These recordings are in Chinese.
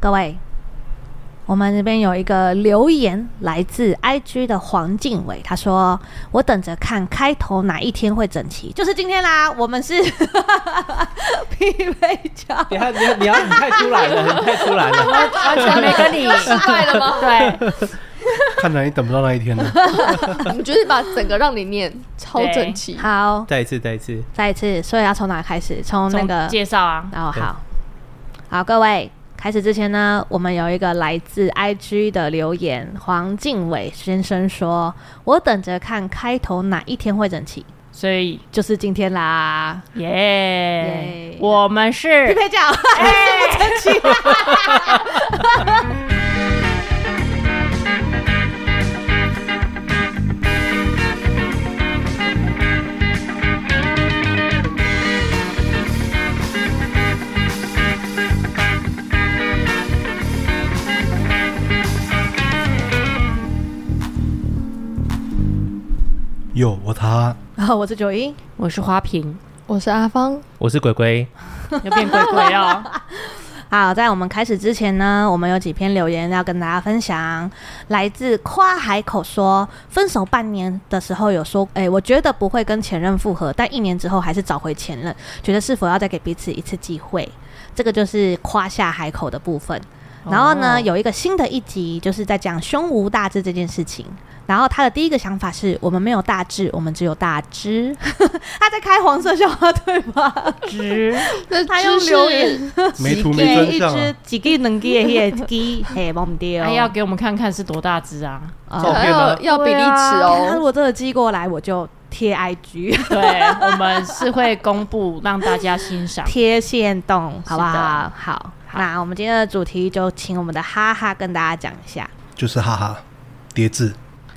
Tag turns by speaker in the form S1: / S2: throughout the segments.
S1: 各位，我们这边有一个留言来自 IG 的黄静伟，他说：“我等着看开头哪一天会整齐，就是今天啦。我们是 匹配角，
S2: 你看，你看你要你太突然了，你太突然了。
S3: 完全没 跟 你
S4: 奇怪了 吗？
S3: 对，
S5: 看来你等不到那一天了。
S4: 我们决定把整个让你念超整齐。
S1: 好，
S2: 再一次，再一次，
S1: 再一次，所以要从哪开始？从那个
S3: 从介绍啊，
S1: 哦，好，好，各位，开始之前呢，我们有一个来自 IG 的留言，黄敬伟先生说：“我等着看开头哪一天会整齐，
S3: 所以
S1: 就是今天啦。耶
S3: 耶，我们”
S1: 匹
S3: 是
S1: 配角，还是不整齐。
S5: 有我他，
S1: 然后我是九一，
S3: 我是花瓶，
S4: 我是阿芳，
S2: 我是鬼鬼，
S3: 又变鬼鬼哦 了，
S1: 好，在我们开始之前呢，我们有几篇留言要跟大家分享。来自夸海口说，分手半年的时候有说，哎、我觉得不会跟前任复合，但一年之后还是找回前任，觉得是否要再给彼此一次机会？这个就是夸下海口的部分。然后呢，
S3: 哦
S1: 有一个新的一集，就是在讲胸无大志这件事情。然后他的第一个想法是我们没有大志，我们只有大只。 他在开黄色笑话对吧？
S3: 直
S4: 那
S1: 他用
S4: 知识
S1: 留言
S5: 没图
S1: 给
S5: 没真
S1: 一
S5: 相啊
S1: 只！几个能给的那个鸡，嘿，忘不掉。
S3: 哎，要给我们看看是多大只啊？
S5: 照片呢
S4: 要要比例
S3: 对啊
S4: 尺
S1: 他如
S4: 哦。
S1: 果真的寄过来，我就贴 IG，
S3: 对，我们是会公布让大家欣 赏。
S1: 贴线动，好不
S3: 是
S1: 好
S3: 的？
S1: 好，那我们今天的主题就请我们的哈哈跟大家讲一下。
S5: 就是哈哈，叠字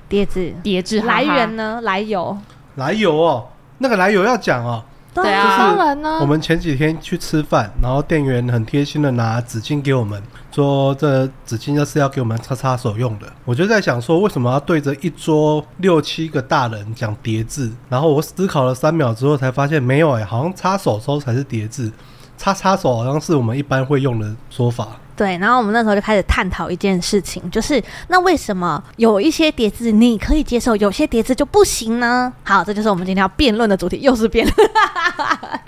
S1: 叠字
S3: 叠字哈哈
S1: 来源呢？来由
S5: 来由哦，那个来由要讲哦。
S1: 对
S3: 啊
S5: 就是
S4: 当然啦
S5: 我，们前几天去吃饭，然后店员很贴心的拿纸巾给我们，说这纸巾就是要给我们擦擦手用的。我就在想说，为什么要对着一桌六七个大人讲叠字？然后我思考了三秒之后，才发现没有哎、好像擦手时候才是叠字，擦擦手好像是我们一般会用的说法。
S1: 对，然后我们那时候就开始探讨一件事情，就是那为什么有一些叠字你可以接受，有些叠字就不行呢？好，这就是我们今天要辩论的主题，又是辩论。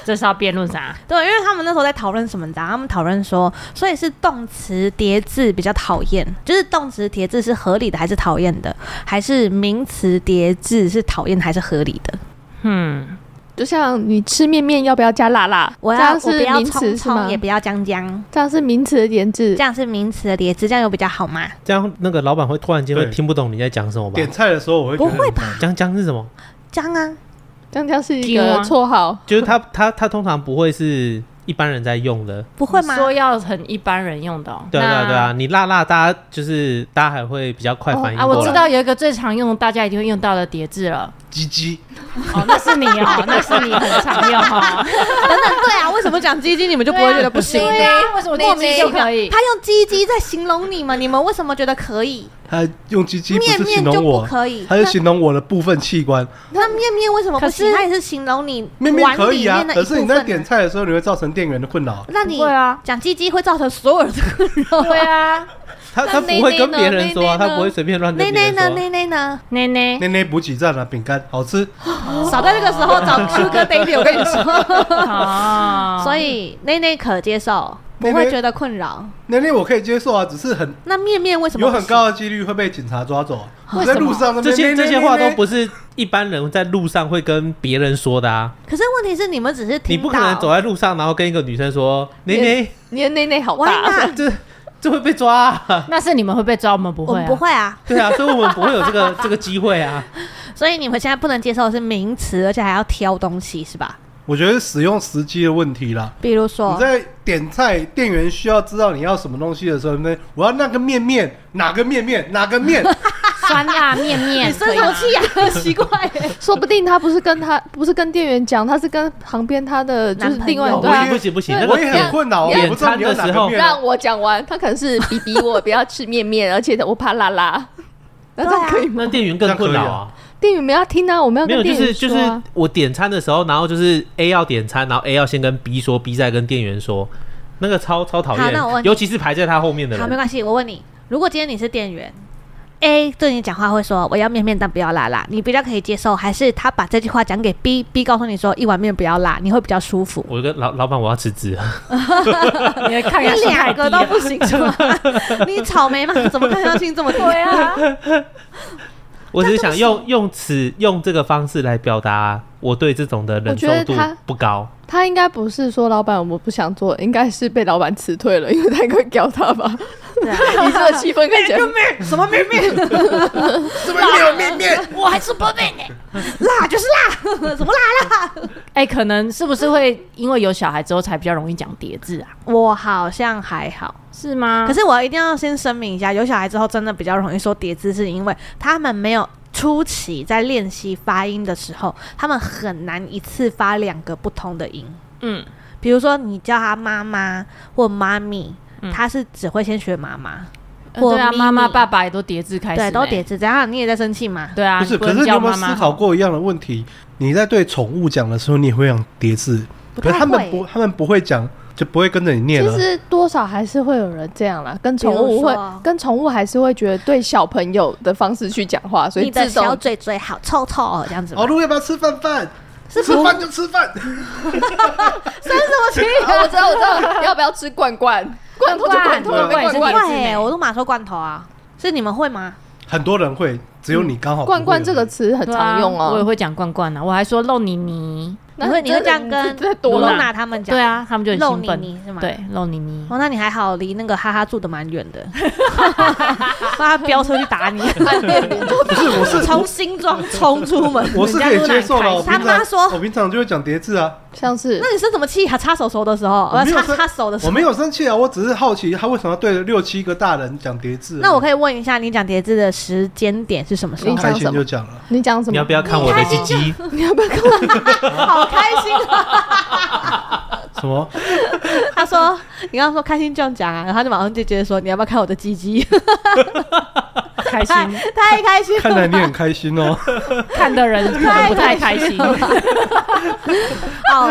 S3: 这是要辩论啥？
S1: 对，因为他们那时候在讨论什么，你知道？他们讨论说，所以是动词叠字比较讨厌，就是动词叠字是合理的还是讨厌的，还是名词叠字是讨厌还是合理的？
S3: 嗯，
S4: 就像你吃面面要不要加辣辣？
S1: 我
S4: 这
S1: 要
S4: 样
S1: 我不
S4: 是
S1: 要
S4: 名词
S1: 葱
S4: 是吗
S1: 葱，也？不要姜姜，
S4: 这样是名词的点字
S1: 这。样是名词的叠字，这样有比较好吗？
S2: 这样那个老板会突然间会
S5: 对
S2: 听不懂你在讲什么吧
S5: 点？菜的时候我会觉得
S1: 不会吧
S2: 江江是什么？
S1: 姜啊，
S4: 这样这样是一
S3: 丢
S4: 个
S3: 啊
S4: 绰号。
S2: 就是 他他他通常不会是一般人在用的。
S1: 不会吗？
S3: 嗯说要很一般人用的哦。
S2: 对啊对啊
S3: 那
S2: 对啊，你辣辣，大家就是大家还会比较快反应
S3: 啊，
S2: 过来。
S3: 我知道有一个最常用，大家一定会用到的叠字了。
S5: 鸡鸡，
S3: 哦，那是你 哦，那是你很常用哦。
S1: 等等，对啊，为什么讲鸡鸡你们就不会觉得不行？
S3: 对啊，为什么莫名就可以？
S1: 他用鸡鸡在形容你们，你们为什么觉得可以？
S5: 他用鸡鸡不
S1: 面
S5: 是
S1: 面
S5: 形
S1: 就
S5: 容
S1: 不
S5: 我，
S1: 可以，
S5: 他是形容我的部分器官。
S1: 那面面为什么不
S3: 可
S1: 行？
S3: 是
S1: 他也是形容你
S5: 面面
S1: 碗
S5: 可
S1: 里
S5: 以啊
S1: 面，的一
S5: 可
S1: 部分哎啊
S5: 是你在点菜的时候，你会造成店员的困扰。
S1: 那你
S3: 不会啊
S1: 讲鸡鸡会造成所有人的困扰。
S3: 对啊，
S2: 他
S4: 那
S2: 他不会跟别人说啊，
S4: 内内呢
S2: 他不会随便乱
S1: 内
S2: 跟别
S1: 内
S2: 人
S1: 呢？
S2: 说啊。
S1: 内内呢？
S3: 奶奶
S5: 那那补给站啊，饼干好吃，
S3: 哦
S1: 少在这个时候找 Sugar Daddy，我跟你 说。
S3: 啊，
S1: 所以内内可接受，不
S5: 内
S1: 会
S5: 内
S1: 觉得困扰。
S5: 那那我可以接受啊，只是很
S1: 那面面为什么
S5: 有
S1: 不行
S5: 很高的几率会被警察抓走啊。
S3: 为
S5: 我
S3: 什么
S5: 在路上那
S2: 这
S5: 边
S2: 些
S5: 捏
S2: 这
S5: 捏
S2: 些话都
S5: 捏
S2: 不是一般人在路上会跟别人说的啊！
S1: 可是问题是你们只是
S2: 你
S1: 听到，
S2: 不可能走在路上，然后跟一个女生说“内内
S4: 你的内内好
S1: 哇
S4: 大，
S1: 那
S2: 这这会被抓、啊。
S3: 那是你们会被抓，我 们不
S1: 我
S3: 会
S1: 们
S3: 啊，
S1: 不会啊”，
S2: 对啊，所以我们不会有这个这个机会 啊。
S1: 所以你们现在不能接受的是名词，而且还要挑东西是吧？
S5: 我觉得是使用时机的问题啦。
S1: 比如
S5: 你
S1: 说，
S5: 在点菜，店员需要知道你要什么东西的时候，那边我要那个面面，哪个面面，哪 个面，
S3: 酸辣面 面，
S1: 生什么气啊？ 奇怪欸、
S4: 说不定他不是跟他不是跟店员讲，他是跟旁边他的就是
S1: 男朋友
S4: 另外
S1: 哦
S4: 一
S2: 不
S4: 对啊
S2: 行不行不行，
S4: 对
S2: 那
S5: 我
S2: 个
S5: 也
S2: 点
S5: 很困扰，啊我
S2: 点
S5: 也不知道你要哪个面啊。
S4: 让我讲完，他可能是逼逼我 不要吃面面，而且我怕辣辣。那这
S1: 对
S4: 样
S1: 啊
S4: 可以吗？
S2: 那店员更困扰啊。
S4: 店员们要听啊，我们要
S2: 没有，
S4: 跟
S2: 就
S4: 店
S2: 是
S4: 员
S2: 就
S4: 说
S2: 是
S4: 啊。
S2: 我点餐的时候，然后就是 A 要点餐，然后 A 要先跟 B 说，B 再跟店员说，那个超超讨
S1: 好那我问
S2: 厌，
S1: 你
S2: 尤其是排在他后面的
S1: 好，没
S2: 人。
S1: 关系，我问你，如果今天你是店员，A 对你讲话会说我要面面但不要辣辣，你比较可以接受，还是他把这句话讲给 B，B 告诉你说一碗面不要辣，你会比较舒服？
S2: 我跟老老板我要辞职，
S3: 你的抗
S1: 你
S3: 压性
S1: 两
S3: 太低
S1: 个都
S3: 了。
S1: 不行是吗？你草莓嘛，怎么看上去这么低？
S4: 对啊，
S2: 我只是想用用此用这个方式来表达我对这种的忍受
S4: 我觉得
S2: 度
S4: 他
S2: 不高。
S4: 他应该不是说老板我不想做，应该是被老板辞退了，因为他应该会屌他吧？
S1: 对啊
S4: 你这个气氛看 起来，
S1: 什么面面？
S5: 怎么没有面面？
S3: 我还是不妹呢。
S1: 辣就是辣， 什么辣？
S3: 哎、可能是不是会因为有小孩之后才比较容易讲叠字啊？
S1: 我好像还好。
S3: 是吗？
S1: 可是我一定要先声明一下，有小孩之后真的比较容易说叠字，是因为他们没有初期在练习发音的时候，他们很难一次发两个不同的音。
S3: 嗯，
S1: 比如说你叫他妈妈或妈咪，他是只会先学妈妈，
S3: 呃对啊，
S1: 我咪咪
S3: 妈妈爸爸也都叠字开始呢，
S1: 对，都叠字。怎样？你也在生气吗？
S3: 对啊，
S5: 不是，
S3: 你
S5: 可是
S3: 能
S5: 你有
S3: 叫
S5: 没有
S3: 妈
S5: 思
S3: 妈
S5: 考过一样的问题？你在对宠物讲的时候，你也会讲叠字，
S1: 不
S5: 可
S1: 太
S5: 是他们
S1: 会
S5: 不，他们不会讲，就不会跟着你念
S4: 其
S5: 了。
S4: 实多少还是会有人这样啦，跟宠
S1: 比如
S4: 物
S1: 说
S4: 会跟宠物还是会觉得对小朋友的方式去讲话，所以
S1: 你的
S4: 自
S1: 小
S4: 动
S1: 嘴嘴好臭臭哦，这样子吗。
S5: 哦，路要不要吃饭饭？
S1: 是
S5: 吃饭就吃饭。
S1: 什么
S4: 哦，我知道，我知道，要不要吃罐罐？罐头就罐头，
S5: 罐罐
S4: 罐
S3: 罐
S4: 罐
S3: 罐。
S1: 会、
S2: 哦
S1: 我都马说罐头啊，是你们会吗？
S5: 很多人会，只有你刚好不会
S4: 罐罐这个词很
S3: 对
S4: 常用
S3: 啊，我也
S4: 哦。
S3: 会讲罐罐啊，我还说肉泥泥，
S2: 啊
S1: 你会你会这样跟
S4: 这
S1: 罗
S4: 多
S3: 啦
S1: 露
S4: 了，
S1: 娜他们讲？
S3: 对啊，他们就很
S1: 肉
S3: 兴
S1: 泥
S3: 奋，
S1: 泥是吗？
S3: 对，肉泥泥。
S1: 哦，那你还好，离那个哈哈住的蛮远的， 怕他飙车去打 你，
S5: 不是，我是
S1: 从新庄 冲出门。
S5: 我是可以接受的。我
S1: 人家都哪里
S5: 平
S1: 开心他妈
S5: 常
S1: 说
S5: 我平常就会讲叠字啊，
S4: 像是
S1: 那你是怎么气啊？擦手手的时候，
S5: 我
S1: 呃，
S5: 没有
S1: 擦
S5: 生
S1: 擦手的时候，
S5: 我没有生气啊，我只是好奇他为什么要对着六七个大人讲叠字啊。
S1: 那我可以问一下，你讲叠字的时间点是什么时候
S4: 你？
S5: 开
S4: 讲
S5: 心
S4: 什么
S5: 就讲了。
S4: 你讲什
S2: 你要
S4: 么
S2: 不？要看我的鸡鸡？
S4: 你要不要跟我？
S1: 好开心啊！
S5: 什么？
S1: 他说，你刚刚说开心这样讲啊，然后他就马上就接着说，你要不要看我的鸡鸡？
S3: 开 心，
S1: 太 太开心
S5: 看来
S1: 了
S5: 你很
S1: 吧！
S5: 开 心哦。
S3: 看的人可能不太开心。
S1: 哦，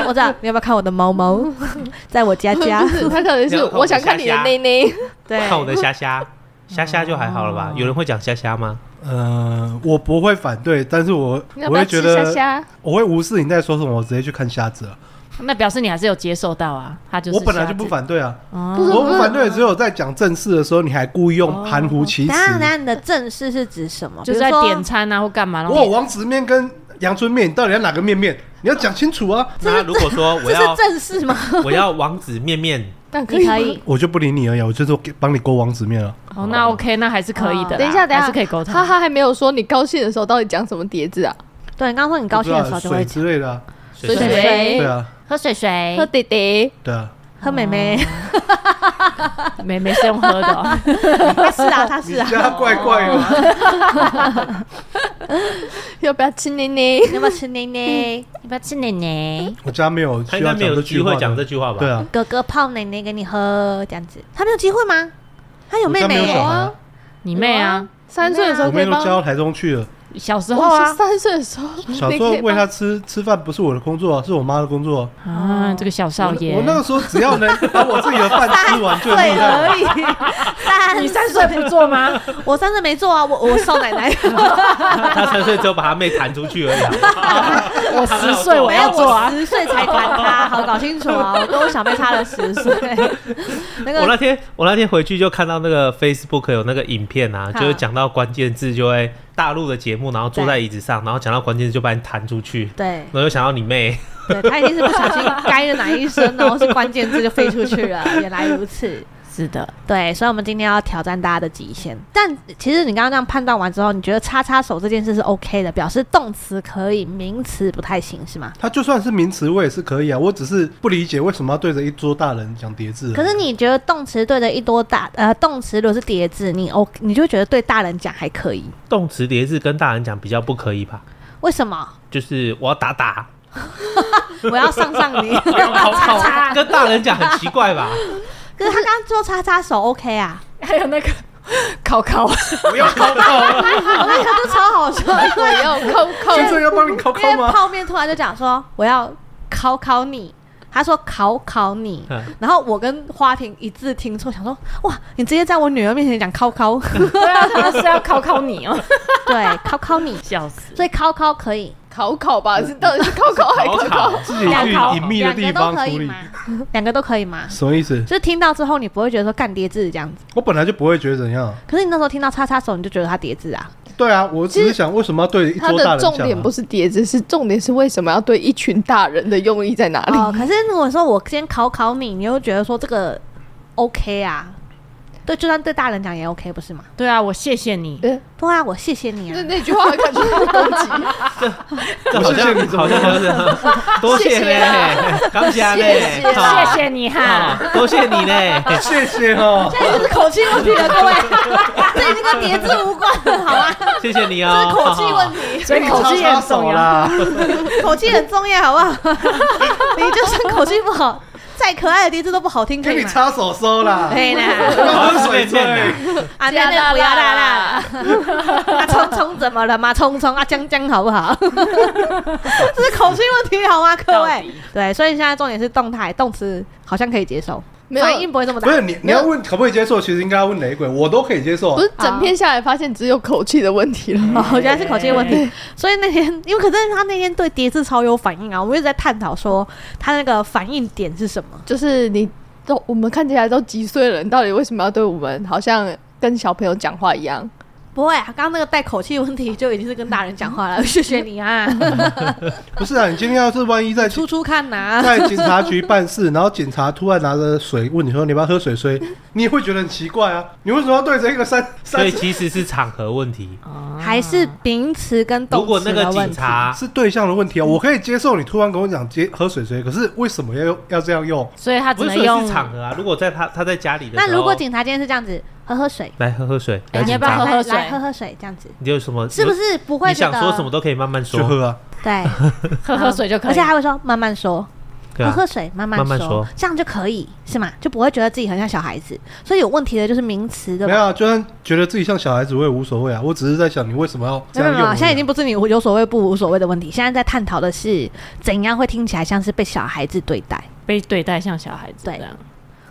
S1: 我知道，你要不要看我的猫猫？ 在我 家家
S4: 不，是，他可能
S2: 你
S4: 是
S2: 要看我
S4: 我想看你的内内。
S1: 对，
S2: 看我的虾虾，虾虾就还好了吧？有人会讲虾虾吗？
S5: 呃，我不会反对，但是我
S4: 你要
S5: 我
S4: 不要
S5: 会觉
S4: 吃
S5: 得
S4: 虾虾？
S5: 我会无视你在说什么，我直接去看瞎子了。 啊
S3: 那表示你还是有接受到啊，他就是
S5: 我本来
S3: 瞎
S5: 就不
S3: 子，
S5: 反对啊，
S3: 哦
S4: 不是
S5: 我
S4: 不
S5: 不
S4: 是
S5: 反对，只有在讲正事的时候，你还故意用
S1: 哦
S5: 含糊其
S1: 等
S5: 辞
S1: 一。下等一下，你的正式是指什么？
S3: 就是在
S1: 比如说
S3: 点餐啊或干嘛，然
S5: 我有
S3: 后
S5: 王子面跟阳春面，你到底要哪个面面？你要讲清楚啊！
S2: 那如果说我
S1: 这
S2: 要
S1: 是正式吗？
S2: 我要王子面面，
S4: 但可
S1: 你
S4: 以吗
S1: 可以。
S5: 我就不理你而已，我就是给帮你勾王子面了。
S3: 哦那 OK，那还是可以的啦。
S4: 等一下，等一
S3: 还
S4: 下，
S3: 是可以沟通。
S4: 哈哈，还没有说你高兴的时候到底讲什么叠字啊？
S1: 对，你刚刚说你高兴的时候就
S5: 水
S1: 会
S5: 之类的啊，
S2: 水
S3: 水
S2: 水
S5: 对
S4: 水，
S5: 啊，
S3: 喝水水
S4: 喝爹爹，
S5: 对啊。
S1: 喝妹妹，
S3: 没没是用喝的 哦，
S1: 他是 啊，他
S5: 你
S1: 是啊。
S5: 家怪怪
S1: 哦
S5: 的，
S4: 要不要吃内内？
S1: 你要不要吃奶奶？
S3: 要不要吃奶奶？
S5: 我家没有
S2: 他
S5: 需
S2: 应
S5: 要
S2: 该没
S5: 讲
S2: 有
S5: 这
S2: 机
S5: 句
S2: 会
S5: 话
S2: 讲这
S5: 的。
S2: 句话吧？
S5: 对啊，
S1: 哥哥泡奶奶给你喝，这样子，他没有机会吗？他有
S5: 我
S1: 妹
S5: 家没
S1: 妹
S5: 有
S1: 耶、
S5: 小孩啊，
S3: 你妹啊！
S4: 三岁的时
S5: 我
S4: 候可
S5: 妹
S4: 以
S5: 都
S4: 帮
S5: 嫁。到台中去了。
S3: 小时候
S4: 哇，
S3: 啊
S4: 是三岁的时候，
S5: 小时
S4: 你
S5: 候
S4: 可以
S5: 喂
S4: 帮
S5: 他吃吃饭不是我的工作啊，是我妈的工作啊。
S3: 啊，这个小少
S5: 我
S3: 爷
S5: 我，那个时候只要能把我自己的饭吃完就
S1: 对
S5: 很厉害了。
S1: 而已。三，
S3: 你三岁不做吗？
S1: 我三岁没做啊，我我少奶奶，
S2: 他三岁之后把他妹弹出去而已啊。
S3: 我十岁 我
S1: 没有
S3: 要做
S1: 我
S3: 啊。
S1: 十岁才谈他，好搞清楚啊，我跟我小妹差了十岁。 那
S2: 我那
S1: 个
S2: 天我那天回去就看到那个 Facebook 有那个影片啊，
S1: 哈
S2: 就是讲到关键字就会大陆的节目，然后坐在椅子上，然后讲到关键字就把你弹出去，
S1: 对
S2: 然后又想到你妹，
S1: 对，他一定是不小心该的哪一声，然后是关键字就飞出去了，原来如此。
S3: 是的，
S1: 对，所以我们今天要挑战大家的极限。但其实你刚刚这样判断完之后，你觉得叉叉手这件事是 OK 的，表示动词可以，名词不太行，是吗？
S5: 他就算是名词，我也是可以啊。我只是不理解为什么要对着一桌大人讲叠字啊。
S1: 可是你觉得动词对着一多大呃动词如果是叠字，你 O 你就觉得对大人讲还可以，
S2: 动词叠字跟大人讲比较不可以吧？
S1: 为什么？
S2: 就是我要打打，
S1: 我要上上你。
S2: 不要跑跑，跟大人讲很奇怪吧？
S1: 可是他刚刚做叉叉手 OK 啊，
S4: 还有那个 考考，
S2: 不要跑跑，
S1: 那个就超好笑，因
S4: 我
S1: 为
S4: 要扣扣
S5: 真正要帮你敲
S1: 因
S5: 敲
S1: 为
S5: 吗？
S1: 泡面突然就讲说我要考考你。他说考考你，
S2: 嗯
S1: 然后我跟花婷一致听错，想说哇，你直接在我女儿面前讲考 考，
S3: 对啊，他们是要考考你哦，
S1: 对，考考你，
S3: 笑死！
S1: 所以考考可以，
S4: 考考吧，是到底是考考还
S2: 好
S4: 考哦考？
S2: 吵，
S5: 自己去隐秘的
S1: 两
S5: 地
S1: 个都
S5: 方
S1: 可
S5: 处
S1: 以
S5: 理
S1: 吗。？两个都可以吗？
S5: 什么意思？
S1: 就是听到之后，你不会觉得说干叠字这样子，
S5: 我本来就不会觉得怎样。
S1: 可是你那时候听到叉叉手，你就觉得他叠字啊，
S5: 对啊，我只是想为什么要对 一
S4: 它
S5: 桌大
S4: 的
S5: 人讲、
S4: 重
S5: 啊？
S4: 点不是叠字，是重点是为什么要对一群大人的用意在
S5: 啊
S4: 哪里？
S1: 哦，可是如果说我先考考你，你又觉得说这个 OK 啊？对，就算对大人讲也 OK，不是吗？
S3: 对啊，我谢谢你。
S4: 对，
S1: 对啊，我谢谢你
S4: 那
S1: 啊。
S4: 那句话感觉很攻击，
S2: 这好
S5: 我谢谢
S2: 像
S5: 你
S2: 好像就是多谢嘞，感谢嘞，
S4: 谢
S2: 好
S4: 谢
S3: 谢啊谢你哈，
S2: 好多谢你嘞，
S5: 谢谢哦。
S1: 现在就是口气问题了，各位，这已经跟叠字无关了，好吗？
S2: 谢谢你
S1: 这
S2: 哦，
S1: 是口气问
S2: 题，
S1: 题，
S3: 所以口气也很重
S5: 手
S3: 要。
S5: 啦，
S1: 口气很重要，好不好？你就算口气不好，再可爱的叠字都不好听，可
S5: 给
S1: 以
S5: 你
S1: 吗？
S5: 擦手手啦，
S4: 哎
S1: 可以啦，
S5: 我喝水醉。
S1: 啊，那那不要啦啦，啊，聪聪怎么了嘛？聪聪啊，江江好不好？这是口气问题好吗？各
S3: 到
S1: 位
S3: 底，
S1: 对，所以现在重点是动态动词，好像可以接受，
S4: 没
S1: 反应
S4: 有，
S1: 不会这么大
S5: 不。是你，你要问可不可以接受？其实应该要问雷鬼，我都可以接受
S4: 不
S5: 啊。
S4: 是整篇下来发现只有口气的问题了。
S1: 哦，我觉得是口气问题，所以那天，因为可是他那天对叠字超有反应啊，我们一直在探讨说他那个反应点是什么。
S4: 就是你都我们看起来都几岁了，你到底为什么要对我们好像跟小朋友讲话一样？
S1: 不会啊，刚刚那个带口气问题就已经是跟大人讲 话了，谢谢你啊，
S5: 不是啊，你今天要是万一 在
S1: 出出看 呐、
S2: 啊
S5: 在警察局办事，然后警察突然拿着水问你说你要不要喝水水， 你也会觉得很奇怪啊。你为什么要对着一个三
S2: 所
S5: 三
S2: 以
S5: 十
S2: 其实是场合问题。
S3: 哦
S1: 还是名词跟
S2: 如
S1: 动
S2: 果
S1: 词
S2: 那
S1: 的
S2: 个
S1: 问
S2: 警
S1: 题。
S2: 察，
S5: 是对象的问题啊？我可以接受你突然跟我讲接喝水水，可是为什么要要这样用？
S3: 所以他只
S2: 不是
S3: 能
S2: 说
S3: 用
S2: 是场合啊，如果在他他在家里的时候，
S1: 那如果警察今天是这样子，喝喝水，
S2: 来喝喝水，
S3: 哎
S2: 来
S3: 你
S2: 紧
S3: 要不要
S2: 张
S3: 喝
S1: 来
S3: 水
S1: 来喝喝水这样子，
S2: 你有什么
S1: 是不？是不
S2: 有
S1: 会
S2: 你
S1: 觉
S2: 想
S1: 得
S2: 说什么都可以慢慢
S5: 去
S2: 说，
S5: 喝啊！
S1: 对，
S3: 喝喝水就可以。
S1: 而且还会说慢慢说，
S2: 对
S1: 喝
S2: 啊，
S1: 喝水慢慢
S2: 慢慢说
S1: 这样就可以是吗？就不会觉得自己很像小孩子。所以有问题的就是名词的
S5: 没。有啊，就算觉得自己像小孩子，我也无所谓啊。我只是在想，你为什么要
S1: 没
S5: 这
S1: 有
S5: 样
S1: 没
S5: 用
S1: 有，
S5: 而已啊？
S1: 现在已经不是你有所谓不无所谓的问题，现在在探讨的是怎样会听起来像是被小孩子对待。
S3: 被对待像小孩子这
S1: 对
S3: 样，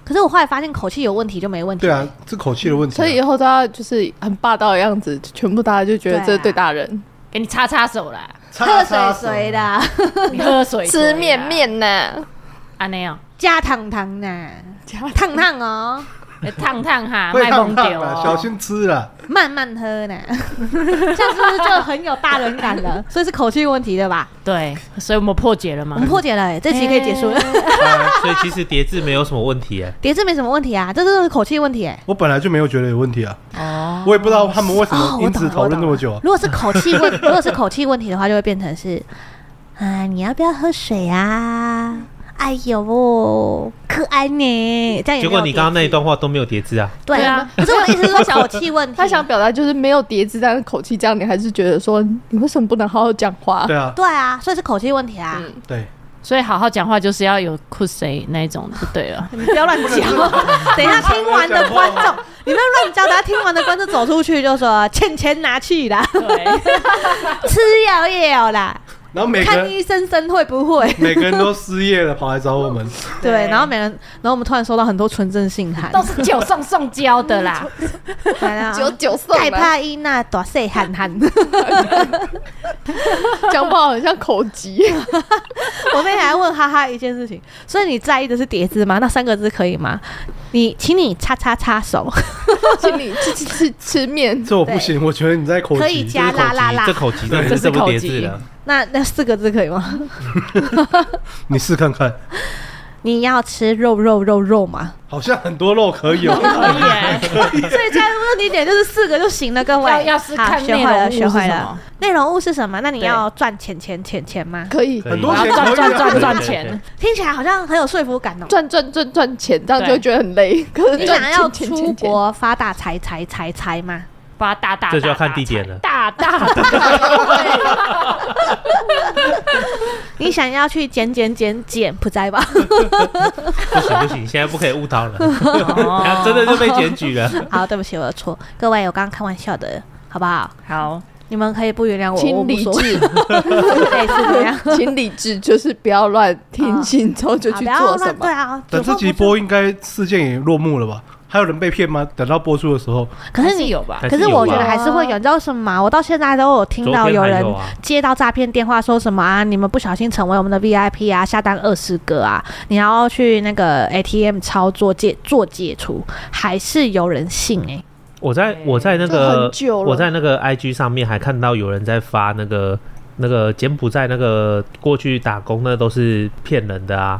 S1: 可是我后来发现口气有问题就没问题
S5: 对
S1: 了。
S5: 啊，是口气的问题啊。
S4: 所以以后都要就是很霸道的样子，全部大家就觉得
S1: 对啊
S4: 这对大人
S3: 给你擦擦手啦，
S5: 擦
S1: 喝
S5: 擦
S1: 水水
S5: 手
S1: 的，啊
S3: 你喝水
S4: 吃面面呐、
S3: 啊那样，
S1: 加糖糖呢，
S4: 加
S1: 烫烫哦，
S3: 哎烫烫哈，
S5: 会
S3: 卖崩
S5: 烫
S3: 哦
S5: 烫
S3: 丢
S5: 啊，小心吃啦。
S1: 慢慢喝呢，这样是不是就很有大人感 了？所以是口气问题对吧？
S3: 对，所以我们破解了
S1: 我
S3: 嘛哎
S1: 们。破解了、欸，这期可以结束了。
S5: 哎
S2: 啊所以其实叠字没有什么问题哎。
S1: 叠字没什么问题啊，这就是口气问题、欸。
S5: 我本来就没有觉得有问题啊，
S3: 哦，
S5: 我也不知道他们为什
S1: 哦
S5: 么，
S1: 我
S5: 因
S1: 懂了
S5: 此讨论那么久啊。
S1: 如果是口气 问，如果是口气问题的话，就会变成是，啊，你要不要喝水啊？哎呦，可爱呢！这样也没有
S2: 嗯结果你刚刚那一段话都没有叠字啊，
S1: 对
S3: 对啊，
S1: 可是我的意思是说口气问题，
S4: 他想表达就是没有叠字，但是口气这样，你还是觉得说你为什么不能好好讲话？
S5: 对啊，
S1: 对啊，所以是口气问题啊。。
S4: 嗯
S5: 对，
S3: 所以好好讲话就是要有酷谁那一种就对了
S1: 嗯你们不要乱讲，等一下听完的观众，你们乱讲，等下听完的观众走出去就说欠钱拿去啦，
S3: 对，
S1: 吃药也有啦，
S5: 然后每个
S1: 看
S5: 人
S1: 医生生会不会？
S5: 每个人都失业了，跑来找我们。
S1: 对，然后每人，然后我们突然收到很多纯正信函，
S3: 都是酒送送交的啦。
S1: 来啦
S4: 九九送
S1: 盖
S4: 啊，
S1: 帕伊娜大细喊喊，
S4: 讲不好很像口 急，
S1: 我妹还问哈哈一件事情，所以你在意的是叠字吗？那三个字可以吗？你，请你擦擦擦手，
S4: 请你吃吃吃吃面，
S5: 这我不行，我觉得你在口
S1: 可以
S5: 急。
S1: 加啦啦啦
S2: 这。口急真的是
S3: 这是
S2: 这么
S3: 口
S2: 叠
S3: 急
S2: 字了。
S1: 那那四个字可以吗？
S5: 你试看看，
S1: 你要吃肉肉肉肉吗？
S5: 好像很多肉 可以哦。
S3: 可以
S1: 啊
S3: 耶，
S1: 所以现在问题点就是四个就行了，各位。
S3: 要要是
S1: 好
S3: 看
S1: 学
S3: 内
S1: 会
S3: 容物
S1: 了，
S3: 是
S1: 学会
S3: 什
S1: 了
S3: 么。
S1: 内容物是什么？那你
S3: 对
S1: 要赚钱钱钱钱吗？
S4: 可以
S2: 可以
S5: 很多
S3: 我要
S5: 钱
S3: 赚
S5: 可以
S3: 赚
S5: 啊
S3: 赚
S2: 对
S3: 赚
S2: 对
S3: 钱，
S1: 听起来好像很有说服感哦。
S4: 赚赚赚赚钱，这样就
S3: 对
S4: 会觉得很累。可是
S1: 你
S4: 赚
S1: 想要
S4: 钱
S1: 出
S4: 钱钱
S1: 国发大财财财财吗？
S3: 把它大大
S2: 这就要
S3: 大大
S2: 看地点 了
S3: 大大大
S1: 你想要去捡捡捡捡不在吧？
S2: 不行不行，现在不可以 误导人，
S3: 哦
S2: 真的就被检举了。
S1: 哦好，对不起，我的错。各位，我刚刚开玩笑的，好不好？
S3: 好，
S1: 你们可以不原谅我，我
S4: 请
S1: 无
S4: 理
S1: 所谓，
S4: 智，
S1: 类似这 样。
S4: 请理智，就是不要乱听信之后就
S1: 啊
S4: 去
S1: 不要
S4: 做什
S1: 乱对
S4: 么。
S1: 啊，
S5: 等
S1: 主
S5: 这
S1: 播
S5: 集
S1: 不是
S5: 播，应该事件也落幕了吧？还有人被骗吗？等到播出的时候，
S1: 可
S3: 还
S1: 是你
S3: 有吧？
S2: 还
S1: 可
S2: 是
S1: 是
S2: 有
S1: 我
S2: 啊
S1: 觉得还是会有，你知道为什么吗？我到现在都有听到
S2: 昨天还
S1: 人
S2: 有啊
S1: 接到诈骗电话，说什么啊，你们不小心成为我们的 VIP 啊，下单二十个啊，你要去那个 ATM 操作解做解除，还是有人信哎、
S2: 我在
S3: 对
S2: 我在那
S4: 这
S2: 个
S4: 很久了
S2: 我在那个 IG 上面还看到有人在发那个那个柬埔寨那个过去打工那都是骗人的啊，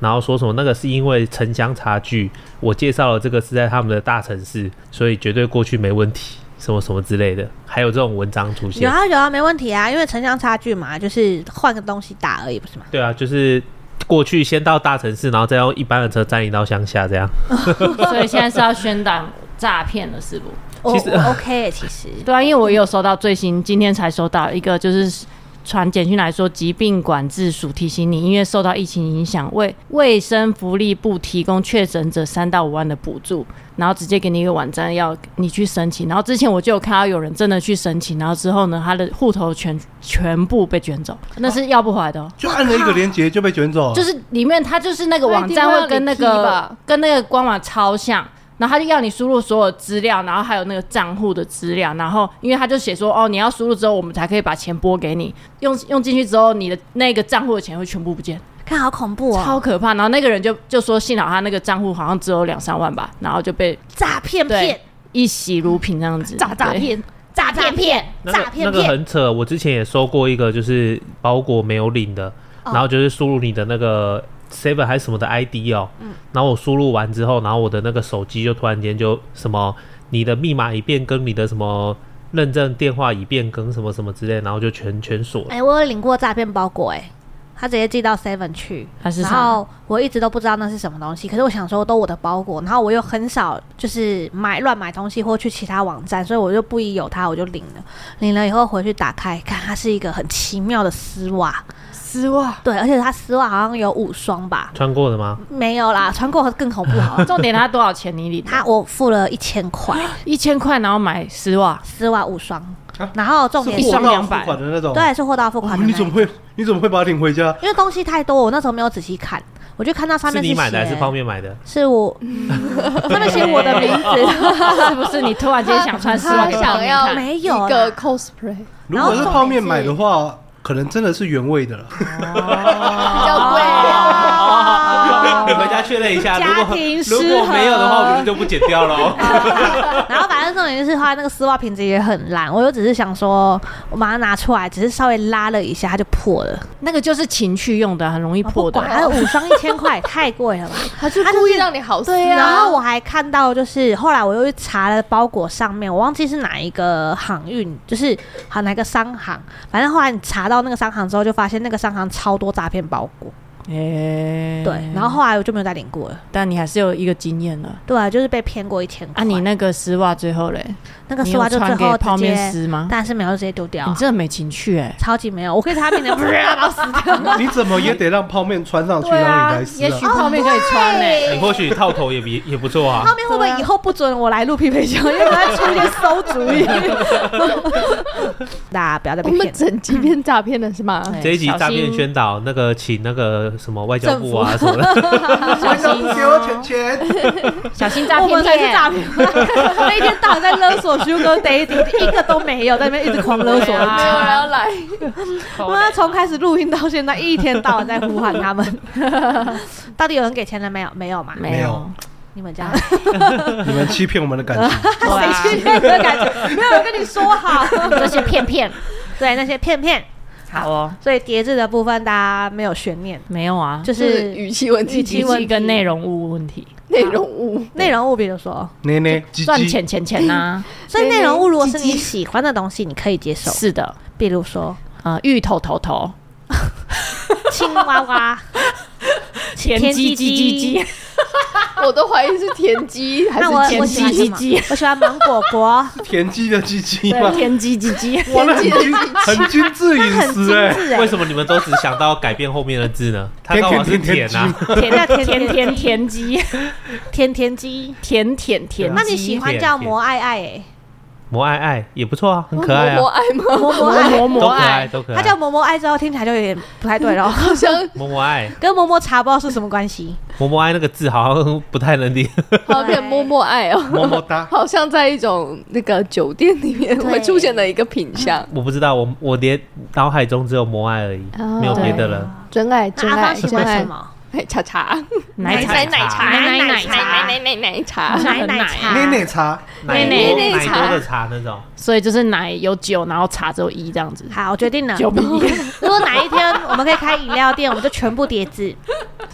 S2: 然后说什么那个是因为城乡差距，我介绍了这个是在他们的大城市，所以绝对过去没问题，什么什么之类的，还有这种文章出
S1: 有
S2: 现，
S1: 啊有啊，没问题啊，因为城乡差距嘛，就是换个东西打而已，不是吗？
S2: 对啊，就是过去先到大城市，然后再用一般的车载你到乡下这样。
S3: 所以现在是要宣导诈骗了，是不？
S1: 我
S2: 其实
S1: 我 OK，欸其实
S3: 对啊，因为我也有收到最新，今天才收到一个，就是传简讯来说，疾病管制署提醒你，因为受到疫情影响，卫卫生福利部提供确诊者三到五万的补助，然后直接给你一个网站要你去申请。然后之前我就有看到有人真的去申请，然后之后呢，他的户头全全部被卷走，那是要不回来的哦、
S5: 就按了一个连接就被卷走了。
S3: 就是里面它就是那个网站
S4: 它一定会
S3: 会跟那
S4: 让你踢
S3: 个
S4: 吧
S3: 跟那个官网超像，然后他就要你输入所有资料，然后还有那个账户的资料，然后因为他就写说哦，你要输入之后，我们才可以把钱拨给你，用用进去之后，你的那个账户的钱会全部不见，
S1: 看好恐怖哦，
S3: 超可怕。然后那个人就就说幸好他那个账户好像只有两三万吧，然后就被
S1: 诈骗
S3: 对
S1: 骗，
S3: 一洗如瓶这样子，
S1: 诈诈
S3: 对。
S1: 骗，诈骗骗，
S2: 那
S1: 诈
S2: 个那
S1: 骗
S2: 个
S1: 骗，
S2: 很扯，我之前也收过一个，就是包裹没有领的，
S1: 哦
S2: 然后就是输入你的那个 seven 还是什么的 ID 哦，
S1: 嗯
S2: 然后我输入完之后，然后我的那个手机就突然间就什么你的密码已变更，你的什么认证电话已变更，什么什么之类，然后就全全锁了。
S1: 哎、我有领过诈骗包裹、哎，他直接寄到 Seven 去，
S3: 他是
S1: 然
S3: 啥
S1: 后我一直都不知道那是什么东西，可是我想说都我的包裹，然后我又很少就是买乱买东西或去其他网站，所以我就不疑有他，我就领了。领了以后回去打开看，它是一个很奇妙的丝袜，
S4: 丝袜，
S1: 对，而且它丝袜好像有五双吧，
S2: 穿过的吗？
S1: 没有啦，穿过更恐怖好 了。
S3: 重点他多少钱你领？
S1: 他我付了一千块，
S3: 一千块，然后买丝 袜，
S1: 丝袜五双
S5: 啊，
S1: 然后重
S5: 是
S1: 点
S3: 一
S1: 是
S5: 货
S3: 双
S5: 到
S3: 两
S5: 付
S3: 百
S5: 款的那种。
S1: 对是货到付款
S5: 哦，
S1: 的那一
S5: 你
S1: 种
S5: 怎么会你怎么会把它领回家？
S1: 因为东西太多，我那时候没有仔细看，我就看到上面
S2: 你买的还
S1: 写
S2: 是泡面买的？
S1: 是我上面写我的名字，
S3: 是不是？你突然间想穿丝袜
S4: 他
S3: 给泡
S4: 想
S3: 面
S4: 要
S3: 看
S1: 没
S4: 一
S1: 有啦
S4: 个 cosplay，
S5: 如果是
S1: 然后
S5: 泡面买的话，可能真的是原味的了。
S4: 比较贵
S2: 哦， 你回家确认一下，如
S1: 家
S2: 果
S1: 庭适合
S2: 如果没有的话，我们就不剪掉了 哦。
S1: 然后反正重点就是它那个丝袜品质也很烂，我又只是想说，我把它拿出来，只是稍微拉了一下，它就破了。
S3: 那个就是情趣用的，很容易
S1: 啊
S3: 破
S1: 不
S3: 的。
S1: 管还有五双一千块，太贵了吧？
S4: 他就
S1: 他就是
S4: 故意让你好撕啊。
S1: 然后我还看到，就是后来我又去查了包裹上面，我忘记是哪一个航运，就是好哪个商行，反正后来你查到那个商行之后，就发现那个商行超多诈骗包裹。
S3: 诶
S1: 对，然后后来我就没有再领过了。
S3: 哎但你还是有一个经验了。
S1: 对啊，就是被骗过一千块。
S3: 啊，你那个丝袜最后嘞，
S1: 那个
S3: 你
S1: 丝
S3: 有
S1: 袜就最
S3: 穿给
S1: 后
S3: 泡
S1: 直
S3: 面
S1: 接，
S3: 撕吗？
S1: 但是没有就直接丢掉
S3: 你
S1: 啊，
S3: 真的没情趣哎、
S1: 超级没有。我可以在他面 前不是啊把它撕掉。
S5: 你怎么也得让泡面穿上去，让你来吃
S3: 也许
S5: 啊。
S3: 泡面可以穿哎、
S2: 你或许套头也比也不错啊
S1: 后。面会不会以后不准我来录匹配秀？因为我要出一些馊主意。大家不要再
S4: 我
S1: 被骗
S4: 们
S1: 了。
S4: 整集变诈骗了是吗？
S3: 哎
S2: 这一集诈骗宣导，那个请那个什么外交部啊什么的，
S5: 晚上不给我钱钱，
S3: 小心诈
S1: 我们才
S3: 骗
S1: 是
S3: 骗。
S1: 诈骗犯，那一天到晚在勒索 Sugar Daddy，一个都没有，在那边一直狂勒索
S3: 对
S1: 人
S3: 啊
S4: 没有人
S1: 家。
S4: 要来，
S1: 我们从开始录音到现在，一天到晚在呼喊他们。到底有人给钱了没有？没有嘛？
S5: 没
S3: 没
S5: 有
S3: 有，
S1: 你们家
S5: 你们欺骗我们的感情。
S3: 对啊
S1: 谁去骗的感觉？没有人跟你说好。
S3: 这些骗骗。
S1: 对，那些骗骗，
S3: 好哦，
S1: 所以叠字的部分大家没有悬念，
S3: 没有啊，
S1: 就
S4: 就是
S1: 是
S4: 语气问
S1: 语
S4: 题、
S1: 气
S3: 机
S1: 问
S3: 器跟内容物问题，
S4: 内容物。
S1: 内容物，比如说，
S5: 捏捏鸡
S3: 赚
S5: 鸡，
S3: 钱钱钱啊呐、
S1: 所以内容物如果是你
S4: 鸡鸡
S1: 喜欢的东西，你可以接受，
S3: 是的，
S1: 比如 说
S3: 呃，芋头头头，
S1: 青蛙蛙、
S3: 田
S1: 田
S3: 鸡
S1: 鸡
S3: 鸡
S1: 鸡
S3: 鸡鸡，
S4: 我都怀疑是田鸡还
S1: 那我
S4: 是
S1: 我
S4: 田
S1: 喜欢
S4: 鸡
S1: 什
S3: 鸡
S1: 么
S3: 鸡？
S1: 我喜欢芒果果，
S5: 田鸡的鸡鸡 吗
S3: 对，？田鸡鸡鸡，
S5: 哇，那很精很精致饮
S1: 很精
S5: 食哎。
S1: 致
S2: 为
S1: 哎。
S2: 什么你们都只想到改变后面的字呢？它刚好是
S5: 天
S2: 舔
S5: 天
S2: 啊，
S3: 甜
S1: 那 甜
S3: 甜
S1: 甜
S3: 甜甜鸡，
S1: 甜甜鸡，
S3: 甜甜甜鸡。
S5: 啊
S1: 那你喜欢叫摩爱爱哎？
S2: 摩爱爱也不错啊，很可爱啊
S4: 我，爱吗？
S1: 嬷嬷爱，
S3: 嬷嬷
S2: 都
S3: 嬷
S2: 可爱，
S3: 爱，
S2: 都可
S1: 它
S2: 爱。
S1: 叫嬷嬷爱之后听起来就有点不太 对了，
S4: 好像
S2: 嬷嬷爱，
S1: 跟嬷嬷茶不知道是什么关系。
S2: 嬷嬷爱那个字好像不太能理。
S4: 好像变摸摸爱哦，
S5: 么么 哒。
S4: 好像在一种那个酒店里面
S1: 对
S4: 会出现的一个品相。
S2: 我不知道，我我连脑海中只有摩爱而已，
S4: 哦
S2: 没有别的了。
S4: 真爱，
S1: 那
S4: 真
S1: 阿
S4: 爱，
S1: 芳喜
S4: 真
S1: 欢
S4: 爱
S1: 什，么？
S4: 哎， 茶茶，
S3: 奶茶
S2: 奶茶
S3: 奶奶奶茶
S4: 奶奶奶奶茶，
S1: 奶奶茶
S5: 奶奶茶，
S2: 奶
S3: 奶
S2: 多
S4: 奶
S2: 奶
S4: 茶
S2: 多的茶那种，
S3: 所以就是奶有酒，然后茶只有一这样子。
S1: 好，我决定了。
S3: 九比一，
S1: 如果哪一天我们可以开饮料店，我们就全部叠字。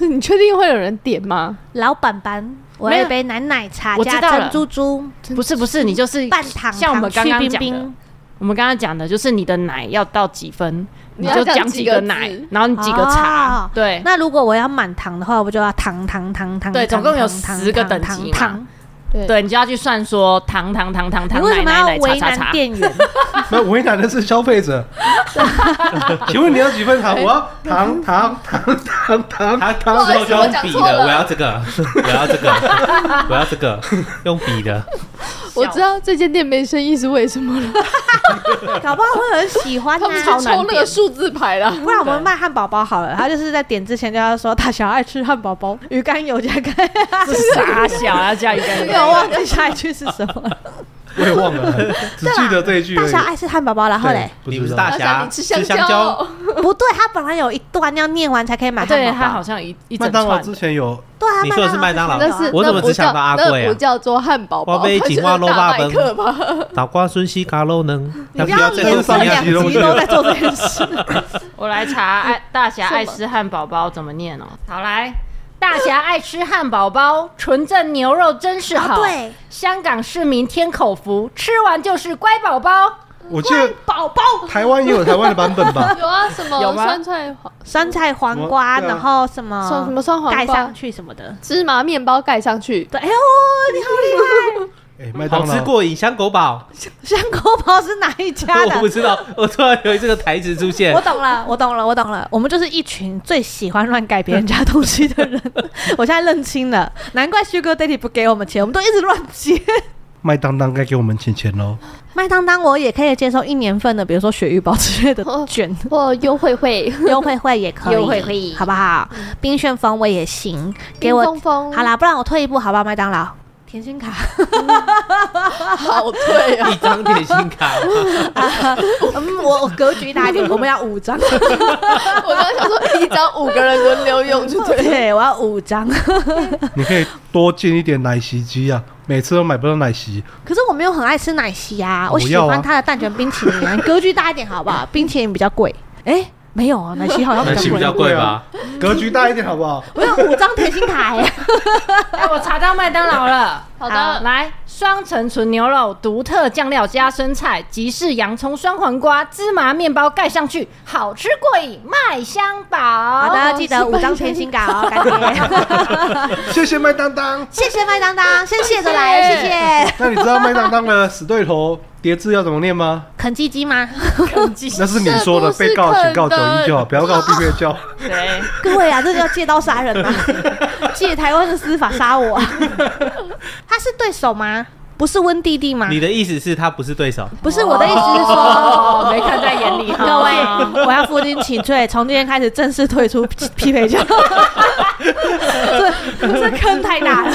S4: 你确定会有人点吗？
S1: 老板班，我要一杯奶奶茶
S3: 我
S1: 加
S3: 知道了
S1: 珍珠珠
S3: 不是不是，你就是
S1: 半糖，
S3: 像我们刚刚
S1: 糖去
S3: 讲
S1: 冰
S3: 的
S1: 冰，，
S3: 我们刚刚讲的就是你的奶要到几分，你
S4: 你要
S3: 就
S4: 讲
S3: 讲
S4: 几
S3: 几
S4: 个
S3: 个
S4: 字
S3: 奶，然后你几个茶
S1: 哦，
S3: 对
S1: 那如果我要满堂的话，我不就要堂堂堂堂？
S3: 对
S1: 堂
S3: 总共有
S1: 堂堂
S3: 10个
S1: 堂
S3: 等级嘛
S1: 堂堂
S4: 对，
S3: 对，你就要去算说糖糖糖糖
S1: 你
S3: 糖
S1: 为
S3: 奶
S1: 什么
S3: 奶
S1: 要
S3: 奶茶
S1: 为
S3: 茶茶
S1: 难，店员？
S5: 那为难的是消 费者。请问你要几份糖？我要糖糖糖糖糖
S2: 哎嗯他他
S5: 糖糖。
S2: 之后就用笔
S4: 不好意思我讲错了
S2: 的，我要这个， 我要这个， 我要这个，用笔的。
S4: 我知道这间店没生意是为什么了，
S1: 搞不好会有人喜欢
S4: 他
S1: 呢、
S4: 们是
S1: 啊。
S4: 抽那个数字牌啦。
S1: 不然我们卖汉堡包好了，他就是在点之前就要说他小爱吃汉堡包，鱼肝油加 干，
S3: 是傻小啊，这样一
S1: 没
S3: 个
S1: 有忘记下一句是什么。
S5: 我也 忘了， 只记得这一句而
S1: 大
S5: 已。
S1: 侠爱吃汉堡包，然后嘞，
S5: 对
S2: 你不
S5: 不知
S2: 是
S5: 道
S2: 大
S4: 想
S2: 侠
S4: 你吃
S2: 吃香
S4: 蕉
S2: 蕉，，
S1: 不对，他本来有一段要念完才可以买汉堡
S3: 啊对
S1: 包。
S3: 他好像一一
S5: 麦
S3: 整
S5: 当劳
S3: 串
S5: 之前有
S1: 对啊，
S2: 你说的是麦当劳
S1: 麦
S4: 那是
S2: 我怎么只想到阿贵啊
S4: 那不叫做汉堡包，
S2: 我被
S4: 它就是
S2: 井蛙肉
S4: 大
S2: 霸
S4: 麦
S2: 奔
S4: 克吧？
S2: 打瓜孙西嘎肉能，
S1: 啊你不
S2: 不
S1: 要
S2: 要再
S1: 连
S2: 多
S1: 着
S2: 放
S1: 两
S2: 一集
S1: 集
S2: 东西
S1: 都
S2: 了？
S1: 在做这件事。
S3: 我 来查爱大侠爱吃汉堡包怎么念哦。好来，大侠爱吃汉堡包，纯正牛肉真是好。
S1: 啊对，
S3: 香港市民添口福，吃完就是乖宝宝。
S5: 我记得
S1: 宝宝
S5: 台湾也有台湾的版本 吧？
S4: 有啊，什么
S3: 有吗
S4: 酸菜黄
S1: 酸菜黄
S5: 我
S1: 瓜，
S5: 对啊
S1: 然后什么
S4: 什么什么酸黄瓜
S1: 盖上去什么的。
S4: 芝麻面包盖上去，
S1: 对，哎呦，你好厉害！
S5: 哎，麦
S2: 好
S5: 当
S2: 吃
S5: 劳。
S2: 过瘾，香狗堡，
S1: 香口包是哪一家的
S2: 我？不知道，我突然有这个台词出 现
S1: 我，懂了，我懂了，我懂了。我们就是一群最喜欢乱改别人家东西的人。 我现在认清了，难怪 Sugar Daddy 不给我们钱，我们都一直乱 接。
S5: 麦当当该给我们钱钱喽！
S1: 麦当当我也可以接受一年份的，比如说鳕鱼堡之类的卷，
S4: 或优惠会。
S1: 优惠会嗯也可以，
S3: 优惠会
S1: 好不好？冰旋风我也行，给
S4: 冰
S1: 我
S4: 风风，
S1: 好啦，不然我退一步好不好？麦当劳甜心卡，
S4: 好对啊，
S2: 一张甜心卡，
S1: 嗯，我我格局大一 点，我们要五张，
S4: 我刚刚想说一张五个人轮流用就对了。
S1: 对，我要五张。
S5: 你可以多进一点奶昔机啊，每次都买不到奶昔。
S1: 可是我没有很爱吃奶昔啊，我
S5: 我
S1: 喜
S5: 要啊
S1: 欢它的蛋卷冰淇淋、 啊。你格局大一点好不好？冰淇淋比较贵。哎、没有啊，奶昔好像
S2: 奶
S1: 比
S2: 昔
S1: 较
S2: 比
S1: 贵。
S2: 较贵吧？
S5: 啊格局大一点好不好？
S1: 我有五张甜心卡、欸，
S3: 哎，我查到麦当劳了。
S4: 好的，
S3: 来双层纯牛肉，独特酱料加生菜，吉士洋葱、酸黄瓜、芝麻面包盖上去，好吃过瘾，麦香堡。
S1: 好
S3: 好
S1: 的，记得五张甜心卡哦，感谢。
S5: 谢谢麦当当。
S1: 谢谢麦当当，先谢着来，谢谢。
S5: 那你知道麦当当的死对头叠字要怎么念吗？
S1: 肯基基吗？
S5: 那是你说的，被告请告九一就好，不要告避孕教。
S3: 对，
S1: 各位啊，这叫借刀杀人啊！借台湾的司法杀我啊！他是对手吗？不是温弟弟吗？
S2: 你的意思是他不是对手？
S1: 不是我的意思是说
S3: 哦，，没看在眼里哈。
S1: 各位，我要负荆请罪，从今天开始正式退出匹匹配教。这这坑太大了，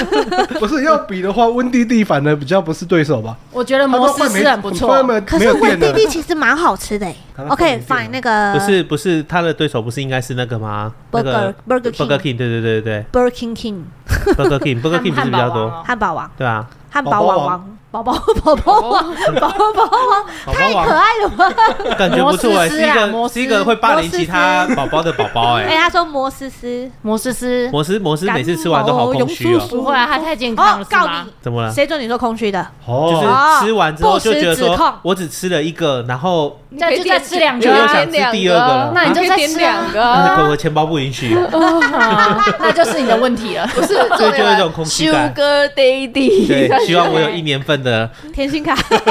S5: 不是要比的话，温蒂蒂反而比较不是对手吧？
S3: 我觉得摩斯是很不错
S5: 他。都快
S1: 可
S5: 没
S1: 是
S5: 有没有
S1: 温
S5: 电
S1: 弟
S5: 了。
S1: 弟其实蛮好吃的欸
S5: 它都快没
S1: OK，
S5: 电了
S1: fine，那个
S2: 不是不是，他的对手不是应该是那个吗
S1: Burger-
S2: 那个
S1: Burger King
S2: Burger King，对对对对
S1: Burger King
S2: 对，Burger King，Burger King 不是比较
S3: 汉堡王哦
S1: 汉堡王，
S2: 多，对啊，
S1: 汉堡
S5: 宝宝
S1: 王
S5: 王
S1: 王，宝宝宝宝王，宝宝王，
S2: 宝
S1: 太
S2: 宝
S1: 可
S2: 王
S1: 爱了吧？
S2: 感觉不错哎，
S3: 摩
S2: 是
S3: 斯斯
S2: 一
S3: 啊
S2: 个
S3: 摩斯
S2: 是一个会霸凌其他 宝宝的宝宝
S1: 哎，
S2: 哎。
S1: 他说摩思思，
S3: 摩斯是
S2: 摩斯摩斯每次吃完都好空虚
S1: 感冒永叔
S2: 哦，
S1: 叔
S3: 不会啊，他太健康
S1: 哦
S3: 了，，是
S1: 告
S3: 吗
S1: 你？，
S2: 怎么了？
S1: 谁准你说空虚的？
S2: 就是
S5: 哦，
S1: 哦
S2: 吃完之后就觉
S1: 不
S2: 得
S1: 实指控
S2: 说，我只吃了一个，然后
S3: 那就再吃两
S2: 就
S3: 个
S2: 又
S3: 啊
S2: 想吃第二个了，
S3: 那你就
S4: 可以
S3: 再
S4: 点
S3: 吃啊
S4: 两个
S2: 啊
S4: 啊。
S2: 可我钱包不允许，
S3: 那就是你的问题了。
S4: 不是，
S2: 就就有一
S4: 这
S2: 种空虚感
S4: Sugar Daddy，
S2: 对，希望我有一年份的
S1: 甜心卡，
S5: 不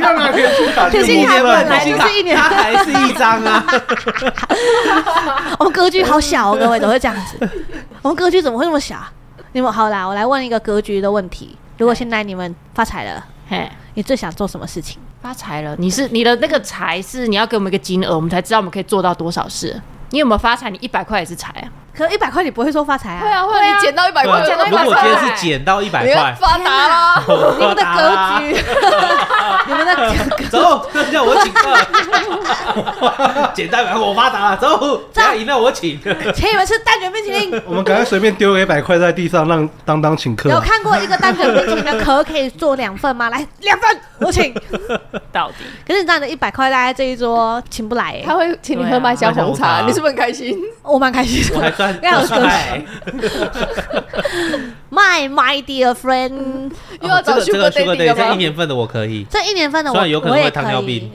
S5: 要拿甜心卡
S1: 甜
S5: 去
S1: 心
S5: 摸
S1: 卡
S2: 年
S1: 本
S2: 份
S1: 来
S2: 信
S1: 就
S2: 卡
S1: 是一，年
S2: 它还是一张 啊，
S1: 我们格局好小哦，各位怎么会这样子？我们格局怎么会那么小啊？你们好啦，我来问一个格局的问题。如果现在你们发财了，
S3: 嘿，
S1: 你最想做什么事情？
S3: 发财了，你是你的那个财是你要给我们一个金额，我们才知道我们可以做到多少事。你有没有发财？你一百块也是财啊！
S1: 可一百块你不会说发财啊？
S4: 会啊会啊，你捡到一百
S2: 对
S4: 块，
S2: 啊
S4: 捡到一
S2: 如
S4: 百
S2: 果今天
S1: 哎
S4: 块，
S2: 是捡到一百
S4: 你要
S2: 块，
S4: 发达啦！
S2: 啊
S1: 你们的格局，你们的格局
S2: 走，这叫我请客。简单吧，我发达了，走，只要赢了我请。
S1: 请你们吃蛋卷冰淇淋。
S5: 我们赶快随便丢个一百块在地上，让当当请客
S1: 有
S5: 啊。
S1: 看过一个蛋卷冰淇淋的壳可以做两份吗？来，两份，我请。
S3: 到底
S1: 可是你知道你的一百块大概这一桌请不来、欸，
S4: 他会请你喝麦香红
S2: 对
S4: 茶，哦
S2: 啊
S4: 你是不是很开心？
S1: 我蛮开心
S2: 我还
S1: 的。
S2: 赚
S1: 要有格
S2: 帅
S1: 局，My my dear friend，
S4: 又要
S2: 哦这
S4: 找
S2: 个这个 Sugar
S4: Sugar
S2: Daddy
S4: Daddy 了
S2: 这一
S4: 吗？
S2: 年份的我 可以
S1: 这一年份的
S2: 虽
S1: 我
S2: 然有可能
S1: 我也
S2: 会糖
S1: 可
S2: 尿
S1: 以
S2: 病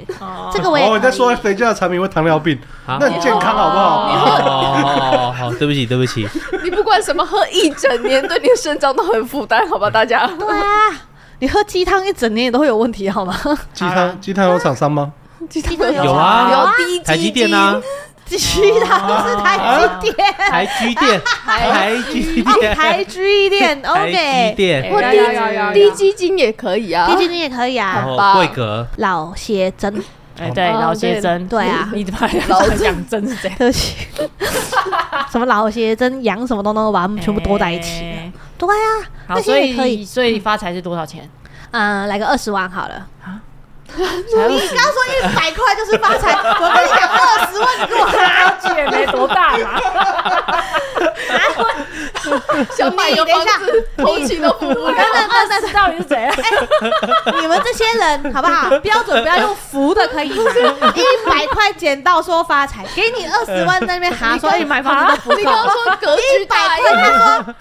S1: 这个我也
S5: 哦，你在
S1: 可以
S5: 说谁家的产品会糖尿病，
S2: 啊
S5: 那。很健康好不好？
S2: 哦，好，对不起，对不起，
S4: 你不管什么喝一整年，对你的肾脏都很负担，好吧，大家。
S1: 对啊，你喝鸡汤一整年也都会有问题，好 吗？
S5: 鸡汤鸡汤有厂商吗？
S4: 鸡蛋
S2: 有啊
S4: 有低
S2: 台积电啊，
S1: 鸡汤是台积电，
S2: 台积 电，台积
S1: 哦
S2: 电，
S1: 台积电
S2: 啊台积
S1: ，OK，
S2: 电，
S4: 或
S3: 有有有有有
S4: 低低基金也可以啊
S1: 低。基金也可以
S2: 然
S1: 啊，
S2: 后
S4: 吧
S2: 贵格，
S1: 老些真，
S3: 哎，对，
S4: 哦
S3: 老些真，
S1: 对啊
S3: 你把
S4: 老
S3: 老讲真是这样，
S1: 对不起，什么老些真羊什么东东，我把它们全部都在一起了。
S3: 哎
S1: 对啊，
S3: 好，
S1: 那
S3: 所
S1: 些也可以
S3: 以所以发财是多少钱？
S1: 嗯，来个二十万好了。
S3: 才二十，
S1: 说一百块就是发财，我跟你讲二十万，你给我 拿
S3: 这也没多大嘛。
S4: 想买个房子，头期都付不
S3: 我
S4: 了。
S3: 刚刚二十到底是怎 样？
S1: 哎你们这些人好不好？ 标准不要用浮的，可以吗？一百块捡到说发财，给你二十万在那边哈，说你啊买房
S3: 啊
S1: 子都不
S4: 你
S1: 够
S4: 刚。刚说格局
S1: 一百
S4: 大
S1: 块，
S4: 一
S1: 他
S4: 点，
S1: 说找我们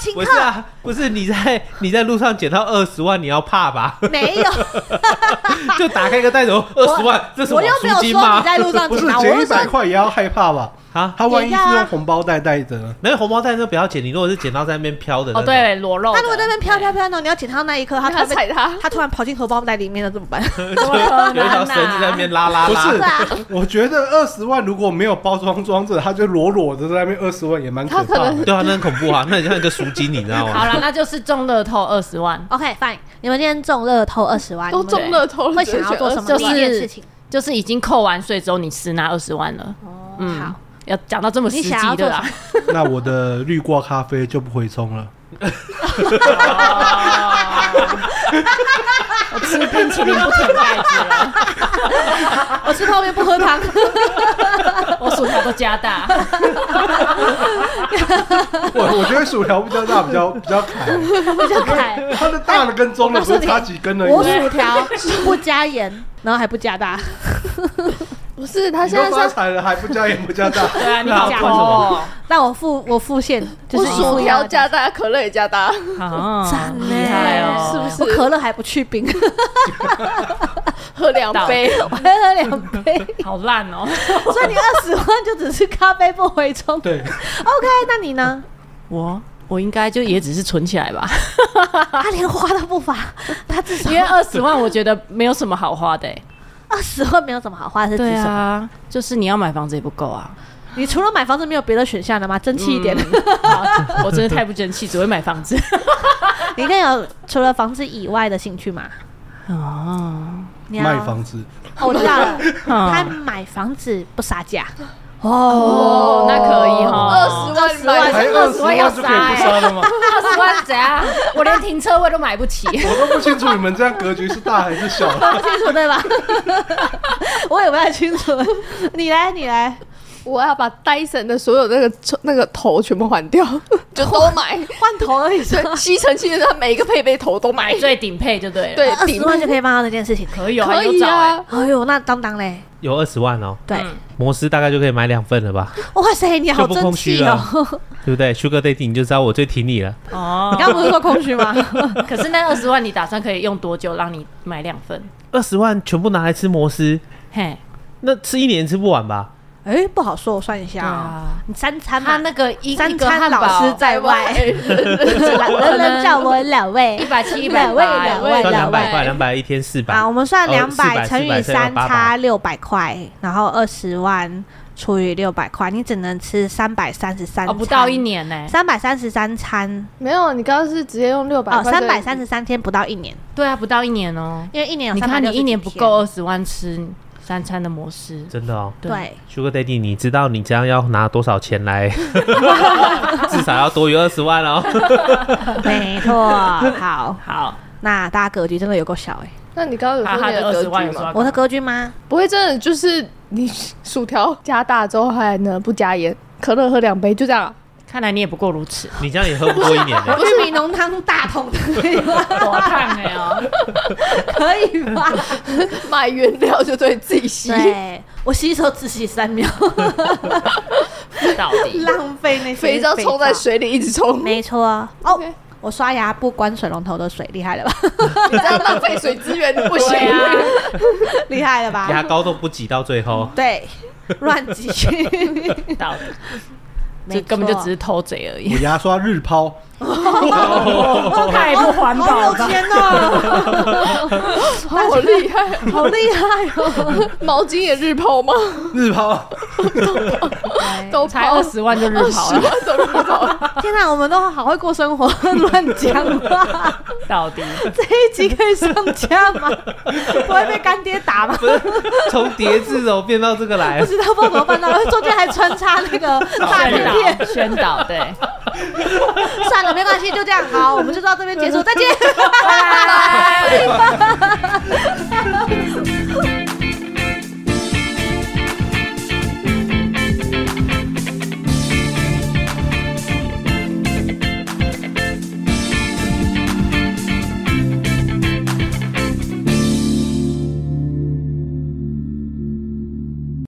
S1: 请
S2: 不是
S1: 客，
S2: 啊，不是你在你在路上捡到二十万，你要怕吧？
S1: 没有，
S2: 就打开一个袋子，哦二十万，这是
S1: 我又没有
S2: 赎金
S1: 说
S2: 吗
S1: 你？在路上
S5: 不
S1: 请
S5: 是
S1: 啊，我
S5: 捡一
S1: 是
S5: 百
S1: 说
S5: 块也要害怕吧？
S2: 啊，
S5: 他万一
S1: 也要
S5: 是
S1: 啊
S5: 用红包袋带着呢？
S2: 那个红包袋都不要捡，你如果是捡到在那边飘的，
S3: 哦，， 对，裸露的。
S1: 他如果在那边飘飘飘，然后你要捡他那一刻，他突
S4: 他
S1: 然被
S4: 踩他，
S1: 他突然跑进荷包袋里面了，怎么办？哦
S2: 有一条绳子在那边拉拉
S5: 不
S2: 拉
S5: 是。
S1: 啊，
S5: 我觉得二十万如果没有包装装着，他就裸裸的在那边二十万也蛮可
S4: 他可
S5: 怕
S4: 能
S5: 的。
S2: 对啊，那很恐怖啊，那很像一个赎金，你知道
S3: 好
S2: 吗？
S3: 了，那就是中乐透二十万，
S1: OK fine，你们今天中乐透二十万，
S4: 都
S1: 你
S4: 中乐透了，
S1: 们会想要做什么
S3: 就
S1: 第
S3: 是
S1: 一件事情？
S3: 就是已经扣完税之后，你实拿二十万了。嗯，
S1: 好，
S3: 要讲到这么
S1: 哦
S3: 实
S1: 你想要
S3: 际
S1: 做
S3: 的啦。啊
S5: 那我的绿挂咖啡就不回冲了。
S3: 我 吃冰淇淋不舔盖子啊了，
S1: 我吃泡面不喝 汤。
S3: 我薯条都加 大。
S5: 我我觉得薯条比较大，比较比较砍，
S1: 比较开。
S5: 它的大的跟中的
S1: 哎我告诉你
S5: 不是差几根而
S1: 我
S5: 已。
S1: 薯条不加盐，然后还不加大，
S4: 不是，他
S5: 你
S4: 现在
S5: 都发
S4: 是
S5: 财了还不加盐不加大，
S3: 对啊，你
S2: 那
S3: 好
S2: 要
S3: 假
S2: 换什
S3: 哦
S2: 么。
S1: 那我付我付现，就
S4: 我
S1: 是一副
S4: 薯
S1: 一
S4: 条
S1: 样的
S4: 加大，可乐也加大，
S3: 啊
S1: 赞呢
S3: 厉害哦，
S4: 是不
S1: 我
S4: 是
S1: 可乐还不去冰，
S4: 喝两杯，
S1: 我还喝两杯，
S3: 好烂哦！
S1: 所以你二十万就只是咖啡不回冲。
S5: 对，
S1: OK，那你呢？
S3: 我我应该就也只是存起来 吧，
S1: 他啊连花都不发，他至 少
S3: 因为二十万我觉得没有什么好花的欸。
S1: 二十万没有什么好花，是指什么？
S3: 啊，就是你要买房子也不够啊，
S1: 你除了买房子没有别的选项了吗？争气一点，
S3: 好 我真的太不争气，只会买房子。
S1: 你应该有除了房子以外的兴趣嘛？
S3: 哦，
S1: 你要
S5: 卖房子。
S1: 哦，我知道了，他
S3: 嗯
S1: 买房子不杀价哦，
S3: 哦，那可以哦
S4: 二
S3: 哈，
S4: 十万买
S5: 才二十万就可以不杀了吗？
S3: 二十万怎样？我连停车位都买不 起。
S5: 我都不清楚你们这样格局是大还是小。
S1: 不清楚 对吧？我也不太清楚，你来，你来，
S4: 我要把戴森的所有那个那个头全部换掉， 就都 买。
S1: 换头而已是吗
S4: 对，吸尘器的它每一个配备头都买
S3: 买。最顶配就对了。
S4: 对，
S1: 二
S4: 顶
S1: 十万就可以办到这件事情。
S3: 可以哦，
S4: 可
S3: 还有
S4: 以
S3: 找欸
S4: 啊，
S1: 哎呦，那当当嘞，
S2: 有二十万哦，
S1: 对，
S3: 嗯
S2: 摩斯大概就可以买两份了吧，
S1: 哦哇塞，你好
S2: 就不
S1: 争
S2: 空虚
S1: 气
S2: 了
S1: 哦！
S2: 对不对？Sugar Daddy，你就知道我最挺你了。
S1: 你
S3: 哦。
S1: 刚不是说空虚吗？
S3: 可是那二十万你打算可以用多久让你买两份？
S2: 二十万全部拿来吃摩斯，
S3: 嘿，
S2: 那吃一年吃不完吧？
S1: 哎，不好说，我算一下啊，
S3: 啊，
S1: 你三餐
S3: 他
S1: 嘛，
S3: 那个一
S1: 三
S3: 一个
S1: 餐
S3: 汉
S1: 老师
S3: 堡
S1: 在外， 人人叫我两位
S3: 一。百七、一百
S1: 两位
S3: 八，
S1: 两
S3: 哎
S1: 位两
S2: 算两百
S1: 位
S2: 块，两百一天四百
S1: 啊，。我们算
S2: 哦
S1: 两百
S2: 400
S1: 乘以
S2: 400
S1: 三
S2: 800
S1: 差六百块，然后二十万除以六百块，你只能吃三百三十三，
S3: 哦，不到一，年呢、
S1: 三百三十三餐
S4: 没有，你刚刚是直接用六百
S1: 哦，
S4: 块，
S1: 三百三
S4: 十，
S1: 十三天不到一年，
S3: 对啊，不到一年哦、
S1: 因为一年有
S3: 你看你
S1: 360
S3: 一年不
S1: 天
S3: 够二，十万吃三餐的模式，
S2: 真的哦。
S1: 对，
S2: Sugar Daddy，你知道你这样要拿多少钱来？ 至少要多于二十万哦。
S1: 没 错。好，
S3: 好，
S1: 那大家格局真的有够小哎、
S4: 那你刚刚有
S3: 哈
S4: 说
S3: 哈
S4: 你
S3: 的二
S4: 格
S3: 十万有
S4: 局
S3: 说
S4: 吗？
S3: 要
S1: 我的格局 吗？
S4: 不会真的就是你薯条加大之后还呢不加盐，可乐喝两杯就这 样啊，
S3: 看来你也不过如 此，
S2: 你这样也喝不过一年 的。
S1: 我是米浓汤大桶的，可以吗？
S3: 多烫哎哦！
S1: 可以吧？
S4: 买原料就对自己吸。
S1: 对，我洗手只洗三秒，
S3: 到底
S1: 浪费 那些
S4: 肥皂冲在。水里一直冲， 你
S1: 没错哦
S4: 嗯 OK
S1: 我刷牙不关水龙头的水，厉害了吧？
S4: 这样浪费水资源不行。
S3: 对啊，
S1: 厉害了吧？
S2: 牙膏都不挤到最后，
S1: 对，乱挤，
S3: 到底，
S1: 没
S3: 这根本就
S1: 错
S3: 只是偷贼而
S5: 我
S3: 已，
S5: 牙刷日抛，
S3: 太哦不环
S1: 好
S3: 保
S1: 有
S3: 了。
S1: 钱哦，
S4: 好厉害！
S1: 好厉害哦！
S4: 毛巾也日抛吗？
S5: 日抛，
S4: 都
S3: 才
S4: 抛
S3: 二十万就 日啊跑
S4: 20
S3: 了，
S4: 万都日抛，
S1: 天哪，我们都好会过生活，乱讲话。
S3: 到底
S1: 这一集可以上架吗？不会被干爹打吗？
S2: 从叠字柔变到这个来
S1: 不，知道不知道怎么办到，中间还穿插那个大片片
S3: 宣。导宣导对，
S1: 算了，没关系，就这样。好，我们就到这边结束，再见。
S3: 拜拜。
S1: 拜拜